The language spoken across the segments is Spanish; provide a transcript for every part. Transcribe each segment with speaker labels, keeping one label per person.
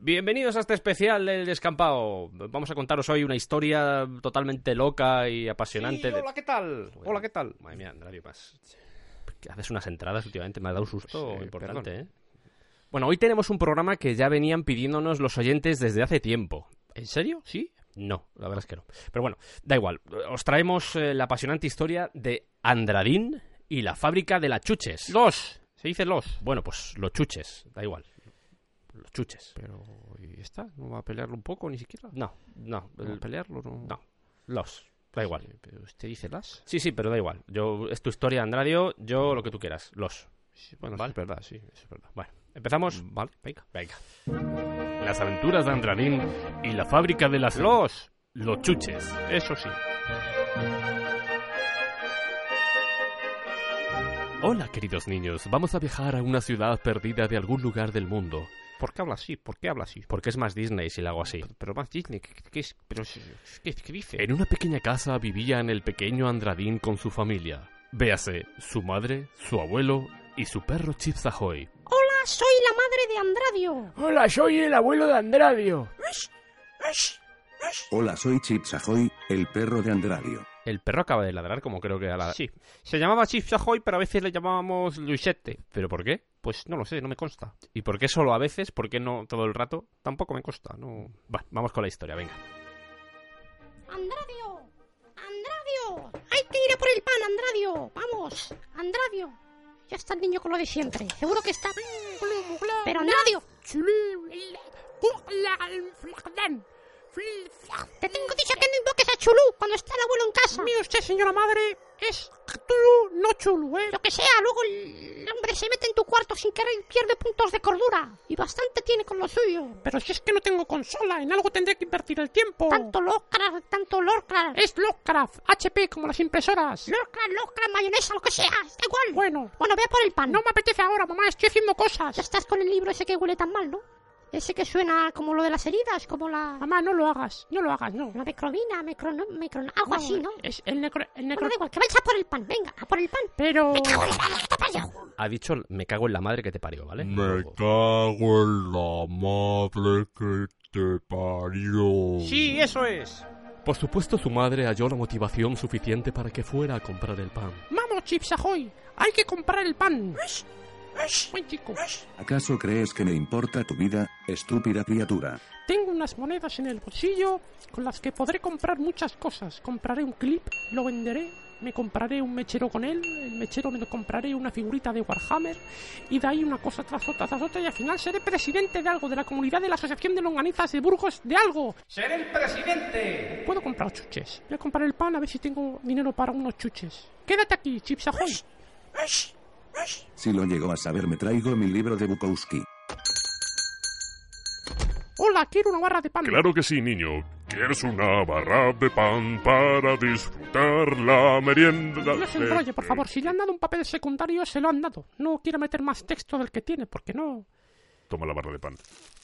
Speaker 1: Bienvenidos a este especial del descampado. Vamos a contaros hoy una historia totalmente loca y apasionante.
Speaker 2: Sí,
Speaker 1: de-
Speaker 2: hola, ¿qué tal?
Speaker 1: Bueno,
Speaker 2: Hola, ¿qué tal?
Speaker 1: Madre mía, Andrario, más. Haces unas entradas últimamente, me ha dado un susto
Speaker 2: Pues, eh,
Speaker 1: importante, ¿eh? Bueno, hoy tenemos un programa que ya venían pidiéndonos los oyentes desde hace tiempo. ¿En serio? ¿Sí? No, la verdad es que no. Pero bueno, da igual. Os traemos eh, la apasionante historia de Andradín y la fábrica de las chuches.
Speaker 2: Los. Se dice los.
Speaker 1: Bueno, pues los chuches, da igual. Los chuches.
Speaker 2: Pero, ¿y está? ¿No va a pelearlo un poco ni siquiera?
Speaker 1: No, no,
Speaker 2: ¿No va a
Speaker 1: el-
Speaker 2: pelearlo? No.
Speaker 1: no. los. Da igual.
Speaker 2: Sí, Pero usted dice las.
Speaker 1: Sí, sí, pero da igual. Yo, es tu historia, Andradio. Yo lo que tú quieras. Los.
Speaker 2: Sí, bueno,
Speaker 1: Vale.
Speaker 2: eso es verdad, sí, eso es verdad.
Speaker 1: Bueno, empezamos.
Speaker 2: Vale, venga.
Speaker 1: Venga. Las aventuras de Andradín y la fábrica de las los los chuches.
Speaker 2: Eso sí.
Speaker 1: Hola, queridos niños. Vamos a viajar a una ciudad perdida de algún lugar del mundo.
Speaker 2: ¿Por qué habla así? ¿Por qué habla así?
Speaker 1: Porque es más Disney si la hago así.
Speaker 2: Pero más Disney, ¿qué, qué es? Pero, es- es- ¿qué, qué dice?
Speaker 1: En una pequeña casa vivían el pequeño Andradín con su familia. Véase, su madre, su abuelo y su perro Chips Ahoy.
Speaker 3: Hola, soy la madre de Andradio.
Speaker 4: Hola, soy el abuelo de Andradio.
Speaker 5: Hola, soy Chips Ahoy, el perro de Andrario.
Speaker 1: El perro acaba de ladrar, como creo que a la...
Speaker 2: Sí. Se llamaba Chips Ahoy, pero a veces le llamábamos Luisette.
Speaker 1: ¿Pero por qué?
Speaker 2: Pues no lo sé, no me consta.
Speaker 1: ¿Y por qué solo a veces? ¿Por qué no todo el rato?
Speaker 2: Tampoco me consta, no.
Speaker 1: Va, vamos con la historia, venga.
Speaker 3: Andradio. Andradio. Hay que ir a por el pan, Andradio. Vamos, Andradio. Ya está el niño con lo de siempre. Seguro que está. Pero Andradio, te tengo dicho que no invoques a Chulú cuando está el abuelo en casa.
Speaker 6: Mire usted, señora madre, es Cthulhu, no Chulu, ¿eh?
Speaker 3: Lo que sea, luego el hombre se mete en tu cuarto sin querer y pierde puntos de cordura. Y bastante tiene con lo suyo.
Speaker 6: Pero si es que no tengo consola, en algo tendré que invertir el tiempo.
Speaker 3: Tanto Lovecraft, tanto Lovecraft.
Speaker 6: Es Lovecraft, HP, como las impresoras.
Speaker 3: Lovecraft, Lovecraft, mayonesa, lo que sea. Da igual.
Speaker 6: Bueno,
Speaker 3: Bueno, ve a por el pan.
Speaker 6: no me apetece ahora, mamá, estoy haciendo
Speaker 3: Ya
Speaker 6: cosas.
Speaker 3: estás con el libro ese que huele tan mal, ¿no? Ese que suena como lo de las heridas, como la...
Speaker 6: Mamá, no lo hagas, no lo hagas, no.
Speaker 3: La microbina, microno... micron... Algo así, ¿no?
Speaker 6: Es el necro...
Speaker 3: Bueno,
Speaker 6: El necro...
Speaker 3: da igual, que vais a por el pan. Venga, a por el pan.
Speaker 6: Pero...
Speaker 3: Me cago en la madre que te parió.
Speaker 1: Ha dicho, me cago en la madre que te parió, ¿vale?
Speaker 7: Me
Speaker 1: Ojo.
Speaker 7: cago en la madre que te parió.
Speaker 2: Sí, eso es.
Speaker 1: Por supuesto, su madre halló la motivación suficiente para que fuera a comprar el pan.
Speaker 6: Vamos, Chips Ahoy, hay que comprar el pan. Buen chico,
Speaker 5: ¿Acaso crees que me importa tu vida, estúpida criatura?
Speaker 6: tengo unas monedas en el bolsillo con las que podré comprar muchas cosas. Compraré un clip, lo venderé, me compraré un mechero con él, el mechero me lo compraré una figurita de Warhammer y de ahí una cosa tras otra tras otra y al final seré presidente de algo, de la comunidad de la Asociación de Longanizas de Burgos de algo.
Speaker 2: Seré el presidente.
Speaker 6: Puedo comprar chuches. Voy a comprar el pan a ver si tengo dinero para unos chuches. Quédate aquí, Chips Ahoy.
Speaker 5: Si lo llego a saber, me traigo mi libro de Bukowski.
Speaker 6: Hola, quiero una barra de pan.
Speaker 7: Claro que sí, niño. ¿Quieres una barra de pan para disfrutar la merienda? Eh,
Speaker 6: No se enrolle, por favor. Si le han dado un papel secundario, se lo han dado. No quiero meter más texto del que tiene, porque no.
Speaker 7: Toma la barra de pan.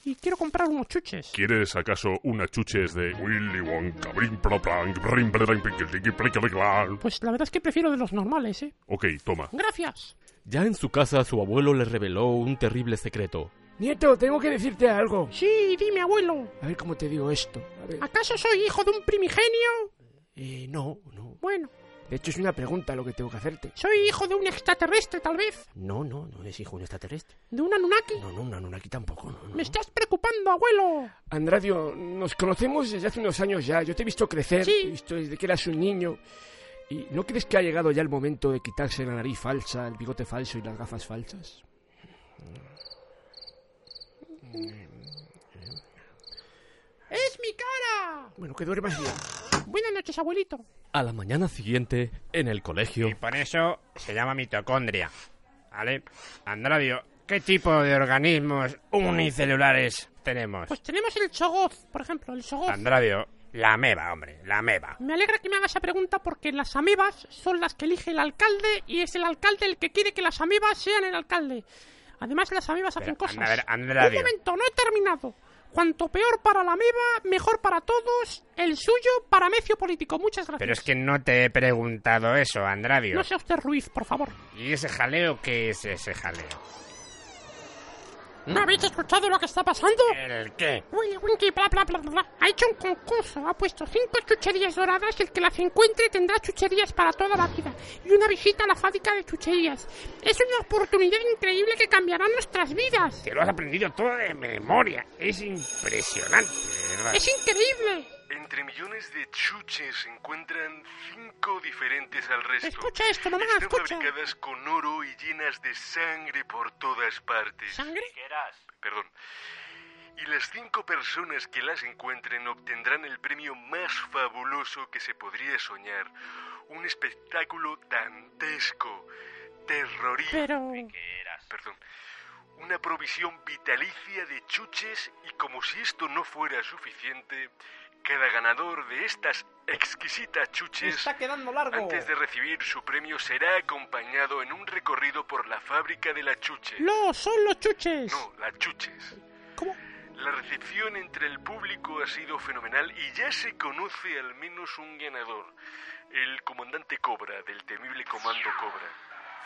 Speaker 6: Y quiero comprar unos chuches.
Speaker 7: ¿Quieres acaso una chuches de Willy Wonka? Brim, bra, blanc, brim, bra, blanc, bling, bling, bling, bling, bling?
Speaker 6: Pues la verdad es que prefiero de los normales, ¿eh?
Speaker 7: Ok, toma.
Speaker 6: Gracias.
Speaker 1: Ya en su casa, su abuelo le reveló un terrible secreto.
Speaker 4: Nieto, tengo que decirte algo.
Speaker 6: Sí, dime, abuelo.
Speaker 4: A ver cómo te digo esto. A ver.
Speaker 6: ¿Acaso soy hijo de un primigenio?
Speaker 4: Eh, no, no.
Speaker 6: Bueno,
Speaker 4: De hecho, es una pregunta lo que tengo que hacerte.
Speaker 6: soy hijo de un extraterrestre, tal vez.
Speaker 4: No, no, no es hijo de un extraterrestre.
Speaker 6: ¿De un Anunnaki?
Speaker 4: No, no, no, no, aquí tampoco. no, no.
Speaker 6: Me estás preocupando, abuelo.
Speaker 4: Andradio, nos conocemos desde hace unos años ya. Yo te he visto crecer,
Speaker 6: Sí.
Speaker 4: te he visto desde que eras un niño. ¿Y no crees que ha llegado ya el momento de quitarse la nariz falsa, el bigote falso y las gafas falsas?
Speaker 6: ¡Es mi cara!
Speaker 4: Bueno, que duermas bien.
Speaker 6: Buenas noches, abuelito.
Speaker 1: A la mañana siguiente, en el colegio,
Speaker 2: Y por eso se llama mitocondria. ¿Vale? Andradio, ¿qué tipo de organismos unicelulares tenemos?
Speaker 6: Pues tenemos el Chogoz, por ejemplo, el Chogoz.
Speaker 4: pues.
Speaker 2: Andradio, la ameba, hombre, la ameba.
Speaker 6: Me alegra que me haga esa pregunta porque las amebas son las que elige el alcalde y es el alcalde el que quiere que las amebas sean el alcalde. Además, las amebas hacen
Speaker 2: Pero,
Speaker 6: cosas.
Speaker 2: anda, a ver, Andradio.
Speaker 6: Un momento, no he terminado. Cuanto peor para la ameba, mejor para todos. El suyo para mecio político. Muchas gracias.
Speaker 2: Pero es que no te he preguntado eso, Andradio.
Speaker 6: No sea usted Ruiz, por favor.
Speaker 2: ¿Y ese jaleo qué es ese jaleo?
Speaker 6: ¿No habéis escuchado lo que está pasando?
Speaker 2: ¿El qué?
Speaker 6: Willy Winky, bla, bla, bla, bla. Ha hecho un concurso. Ha puesto cinco chucherías doradas y el que las encuentre tendrá chucherías para toda la vida. Y una visita a la fábrica de chucherías. Es una oportunidad increíble que cambiará nuestras vidas.
Speaker 2: Te lo has aprendido todo de memoria. Es impresionante, de verdad.
Speaker 6: Es increíble.
Speaker 8: Entre millones de chuches se encuentran cinco diferentes al resto.
Speaker 6: Escucha esto, mamá,
Speaker 8: Están
Speaker 6: escucha.
Speaker 8: fabricadas con oro y llenas de sangre por todas partes.
Speaker 6: ¿Sangre?
Speaker 8: Perdón. Y las cinco personas que las encuentren obtendrán el premio más fabuloso que se podría soñar. Un espectáculo dantesco, terrorífico.
Speaker 6: Pero...
Speaker 8: Perdón. Una provisión vitalicia de chuches y como si esto no fuera suficiente, cada ganador de estas exquisitas chuches
Speaker 9: quedando largo.
Speaker 8: antes de recibir su premio será acompañado en un recorrido por la fábrica de la chuche.
Speaker 6: No, son los chuches.
Speaker 8: No, las chuches.
Speaker 6: ¿Cómo?
Speaker 8: La recepción entre el público ha sido fenomenal y ya se conoce al menos un ganador, el comandante Cobra del temible Comando Cobra.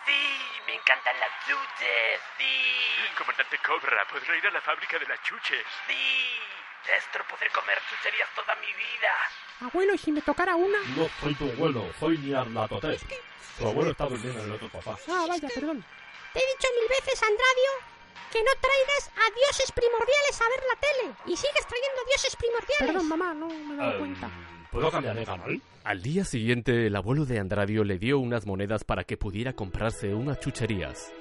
Speaker 10: Sí, me encantan las chuches, sí,
Speaker 8: El comandante Cobra podrá ir a la fábrica de las chuches.
Speaker 10: sí. De esto podré comer chucherías toda mi vida.
Speaker 6: Abuelo, ¿y si me tocara una?
Speaker 11: No soy tu abuelo, soy Niarlatotep. Tu abuelo está durmiendo en el otro papá.
Speaker 6: Ah, vaya, perdón.
Speaker 3: Te he dicho mil veces, Andradio, que no traigas a dioses primordiales a ver la tele. Y sigues trayendo dioses primordiales.
Speaker 6: Perdón, mamá, no me he dado cuenta.
Speaker 11: ¿Puedo cambiar de canal?
Speaker 1: Al día siguiente, el abuelo de Andradio le dio unas monedas para que pudiera comprarse unas chucherías.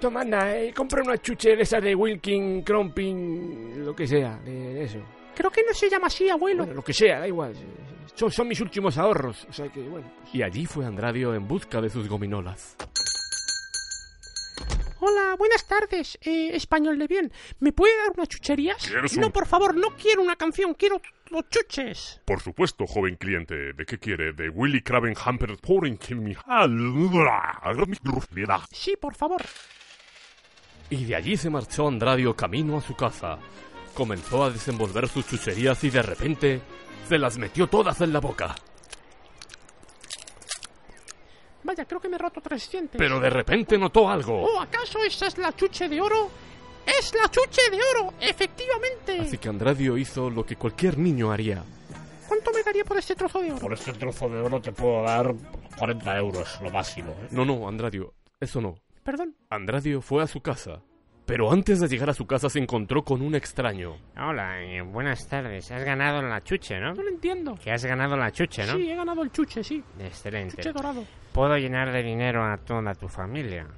Speaker 4: Toma, anda, eh, compra una chuche de esas de Wilkin, Cromping, lo que sea, de, de eso.
Speaker 6: Creo que no se llama así, abuelo.
Speaker 4: Bueno, lo que sea, da igual. Son, son mis últimos ahorros, o sea que, bueno.
Speaker 1: Y allí fue Andradio en busca de sus gominolas.
Speaker 6: Hola, buenas tardes, eh, español de bien. ¿Me puede dar unas chucherías?
Speaker 7: ¿Quieres un-
Speaker 6: No, por favor, no quiero una canción, quiero los chuches.
Speaker 7: Por supuesto, joven cliente. ¿De qué quiere? ¿De Willy Craven Hamper Pouring Kimmy
Speaker 6: Sí, por favor.
Speaker 1: Y de allí se marchó Andradio camino a su casa. Comenzó a desenvolver sus chucherías y de repente se las metió todas en la boca.
Speaker 6: Vaya, creo que me he roto tres dientes.
Speaker 1: Pero de repente notó algo.
Speaker 6: ¿O acaso esa es la chuche de oro? ¡Es la chuche de oro! ¡Efectivamente!
Speaker 1: Así que Andradio hizo lo que cualquier niño haría.
Speaker 6: ¿Cuánto me daría por este trozo de oro?
Speaker 11: Por este trozo de oro te puedo dar 40 euros, lo máximo. ¿eh?
Speaker 1: No, no, Andradio, eso no.
Speaker 6: Perdón.
Speaker 1: Andradio fue a su casa. Pero antes de llegar a su casa se encontró con un extraño.
Speaker 2: Hola, eh, buenas tardes. Has ganado la chuche, ¿no?
Speaker 6: No lo entiendo.
Speaker 2: Que has ganado la chuche, ¿no? Este
Speaker 6: Sí, he ganado el chuche, sí.
Speaker 2: Excelente.
Speaker 6: Chuche dorado.
Speaker 2: Puedo llenar de dinero a toda tu familia.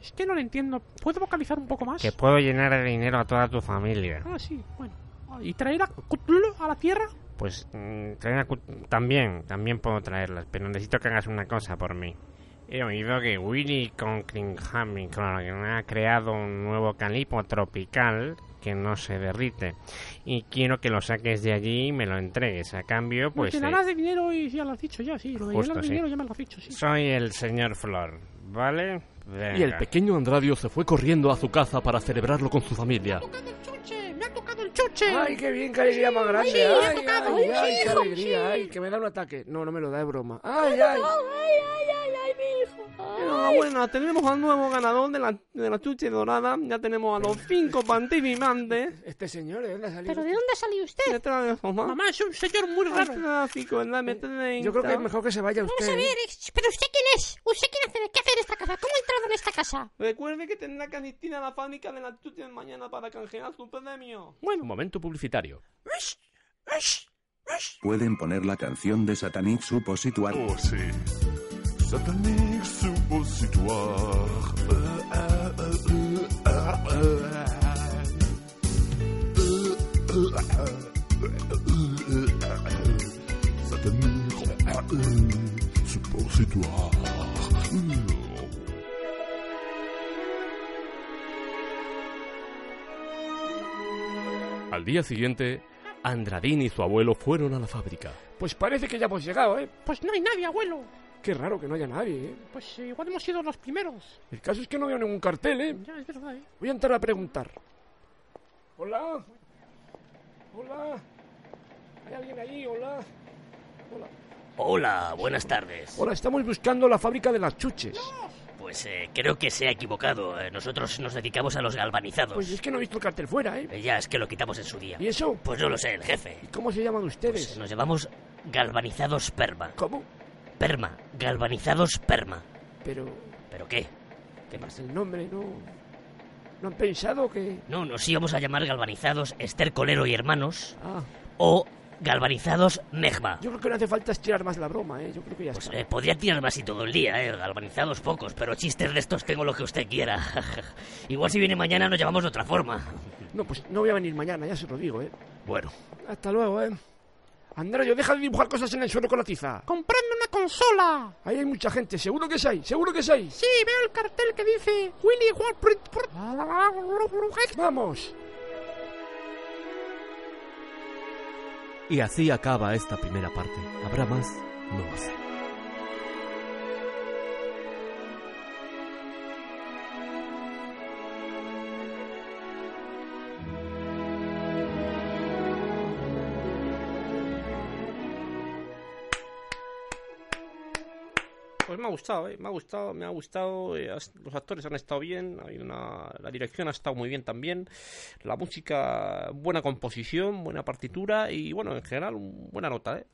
Speaker 6: Es que no lo entiendo. ¿Puedo vocalizar un poco más?
Speaker 2: Que puedo llenar de dinero a toda tu familia.
Speaker 6: Ah, sí, bueno. Ah, ¿Y traer a Cthulhu a la Tierra?
Speaker 2: Pues mm, trae una cu- también, también puedo traerlas, pero necesito que hagas una cosa por mí. He oído que Willy Conklingham ha creado un nuevo calipo tropical que no se derrite. Y quiero que lo saques de allí y me lo entregues. A cambio,
Speaker 6: Me
Speaker 2: pues... eh,
Speaker 6: llenarás de dinero y ya lo has dicho ya, sí. Lo de
Speaker 2: Justo,
Speaker 6: llenar de
Speaker 2: sí.
Speaker 6: dinero ya me lo has dicho, sí.
Speaker 2: soy el señor Flor, ¿vale?
Speaker 1: Y el
Speaker 2: Venga.
Speaker 1: pequeño Andradio se fue corriendo a su casa para celebrarlo con su familia.
Speaker 6: ¡Me ha tocado el chuche! ¡Me ha tocado el chuche!
Speaker 4: Ay, qué bien, qué alegría más grande.
Speaker 6: sí, me ha
Speaker 4: ay,
Speaker 6: tocado,
Speaker 4: ay, ay,
Speaker 6: sí,
Speaker 4: qué
Speaker 6: hijo,
Speaker 4: alegría,
Speaker 6: sí.
Speaker 4: ay, que me da un ataque. No, no me lo da de broma. Ay, ay.
Speaker 9: Ah, bueno, tenemos al nuevo ganador de la, de la chuche dorada. Ya tenemos a los cinco participantes.
Speaker 4: Este señor, ¿de dónde ha salido?
Speaker 3: ¿Pero de dónde salió usted?
Speaker 9: Detrás de Omar.
Speaker 6: Mamá, es un señor muy raro.
Speaker 9: Tráfico en la M30.
Speaker 4: Yo creo que es mejor que se vaya
Speaker 3: Vamos a
Speaker 4: usted.
Speaker 3: ver, ex- ¿pero usted quién es? ¿Usted quién hace? ¿Qué hace en esta casa? ¿Cómo ha entrado en esta casa?
Speaker 9: Recuerde que tendrá que asistir a la fábrica de la chuche mañana para canjear su premio.
Speaker 1: Bueno, momento publicitario.
Speaker 5: Pueden poner la canción de Satanic Suppository.
Speaker 7: Oh, sí. Satanic suppositoire. Satanic suppositoire.
Speaker 1: Al día siguiente, Andradín y su abuelo fueron a la fábrica.
Speaker 4: Pues parece que ya hemos llegado, ¿eh?
Speaker 6: Pues no hay nadie, abuelo.
Speaker 4: Qué raro que no haya nadie, ¿eh?
Speaker 6: Pues eh, igual hemos sido los primeros.
Speaker 4: El caso es que no veo ningún cartel, ¿eh?
Speaker 6: Ya, es verdad, ¿eh?
Speaker 4: Voy a entrar a preguntar. Hola. Hola. ¿Hay alguien ahí? Hola.
Speaker 10: Hola, buenas tardes.
Speaker 4: Hola, estamos buscando la fábrica de las chuches.
Speaker 10: Pues Pues eh, creo que se ha equivocado. Eh, nosotros nos dedicamos a los galvanizados.
Speaker 2: Pues es que no he visto el cartel fuera, ¿eh?
Speaker 10: Eh, ya, es que lo quitamos en su día.
Speaker 2: ¿Y eso?
Speaker 10: Pues no lo sé, el jefe.
Speaker 2: ¿Y cómo se llaman ustedes?
Speaker 10: Pues Nos llamamos galvanizados perma.
Speaker 2: ¿Cómo?
Speaker 10: Perma. Galvanizados perma.
Speaker 2: Pero
Speaker 10: ¿Pero qué? ¿Qué pasa?
Speaker 2: el nombre no... ¿No han pensado que...?
Speaker 10: No, nos íbamos a llamar galvanizados Esther Colero y Hermanos
Speaker 2: Ah,
Speaker 10: o galvanizados Megma.
Speaker 2: yo creo que no hace falta estirar más la broma, ¿eh? Yo creo que ya
Speaker 10: Pues,
Speaker 2: está.
Speaker 10: eh, podría tirar más y todo el día, eh. Galvanizados pocos, pero chistes de estos tengo lo que usted quiera. Igual si viene mañana nos llamamos de otra forma.
Speaker 2: No, pues no voy a venir mañana, ya se lo digo, ¿eh?
Speaker 10: Bueno.
Speaker 2: Hasta luego, ¿eh? Andrayo, deja de dibujar cosas en el suelo con la tiza.
Speaker 12: ¡Compradme una consola!
Speaker 2: Ahí hay mucha gente, seguro que es ahí, seguro que es ahí.
Speaker 12: Sí, veo el cartel que dice Willy Warprint.
Speaker 2: ¡Vamos!
Speaker 1: Y así acaba esta primera parte. ¿Habrá más? No lo sé.
Speaker 13: Pues me ha gustado, ¿eh? me ha gustado, me ha gustado. eh, has- los actores han estado bien, ha habido una- la dirección ha estado muy bien también. La música, buena composición, buena partitura y bueno, en general, un- buena nota. ¿eh?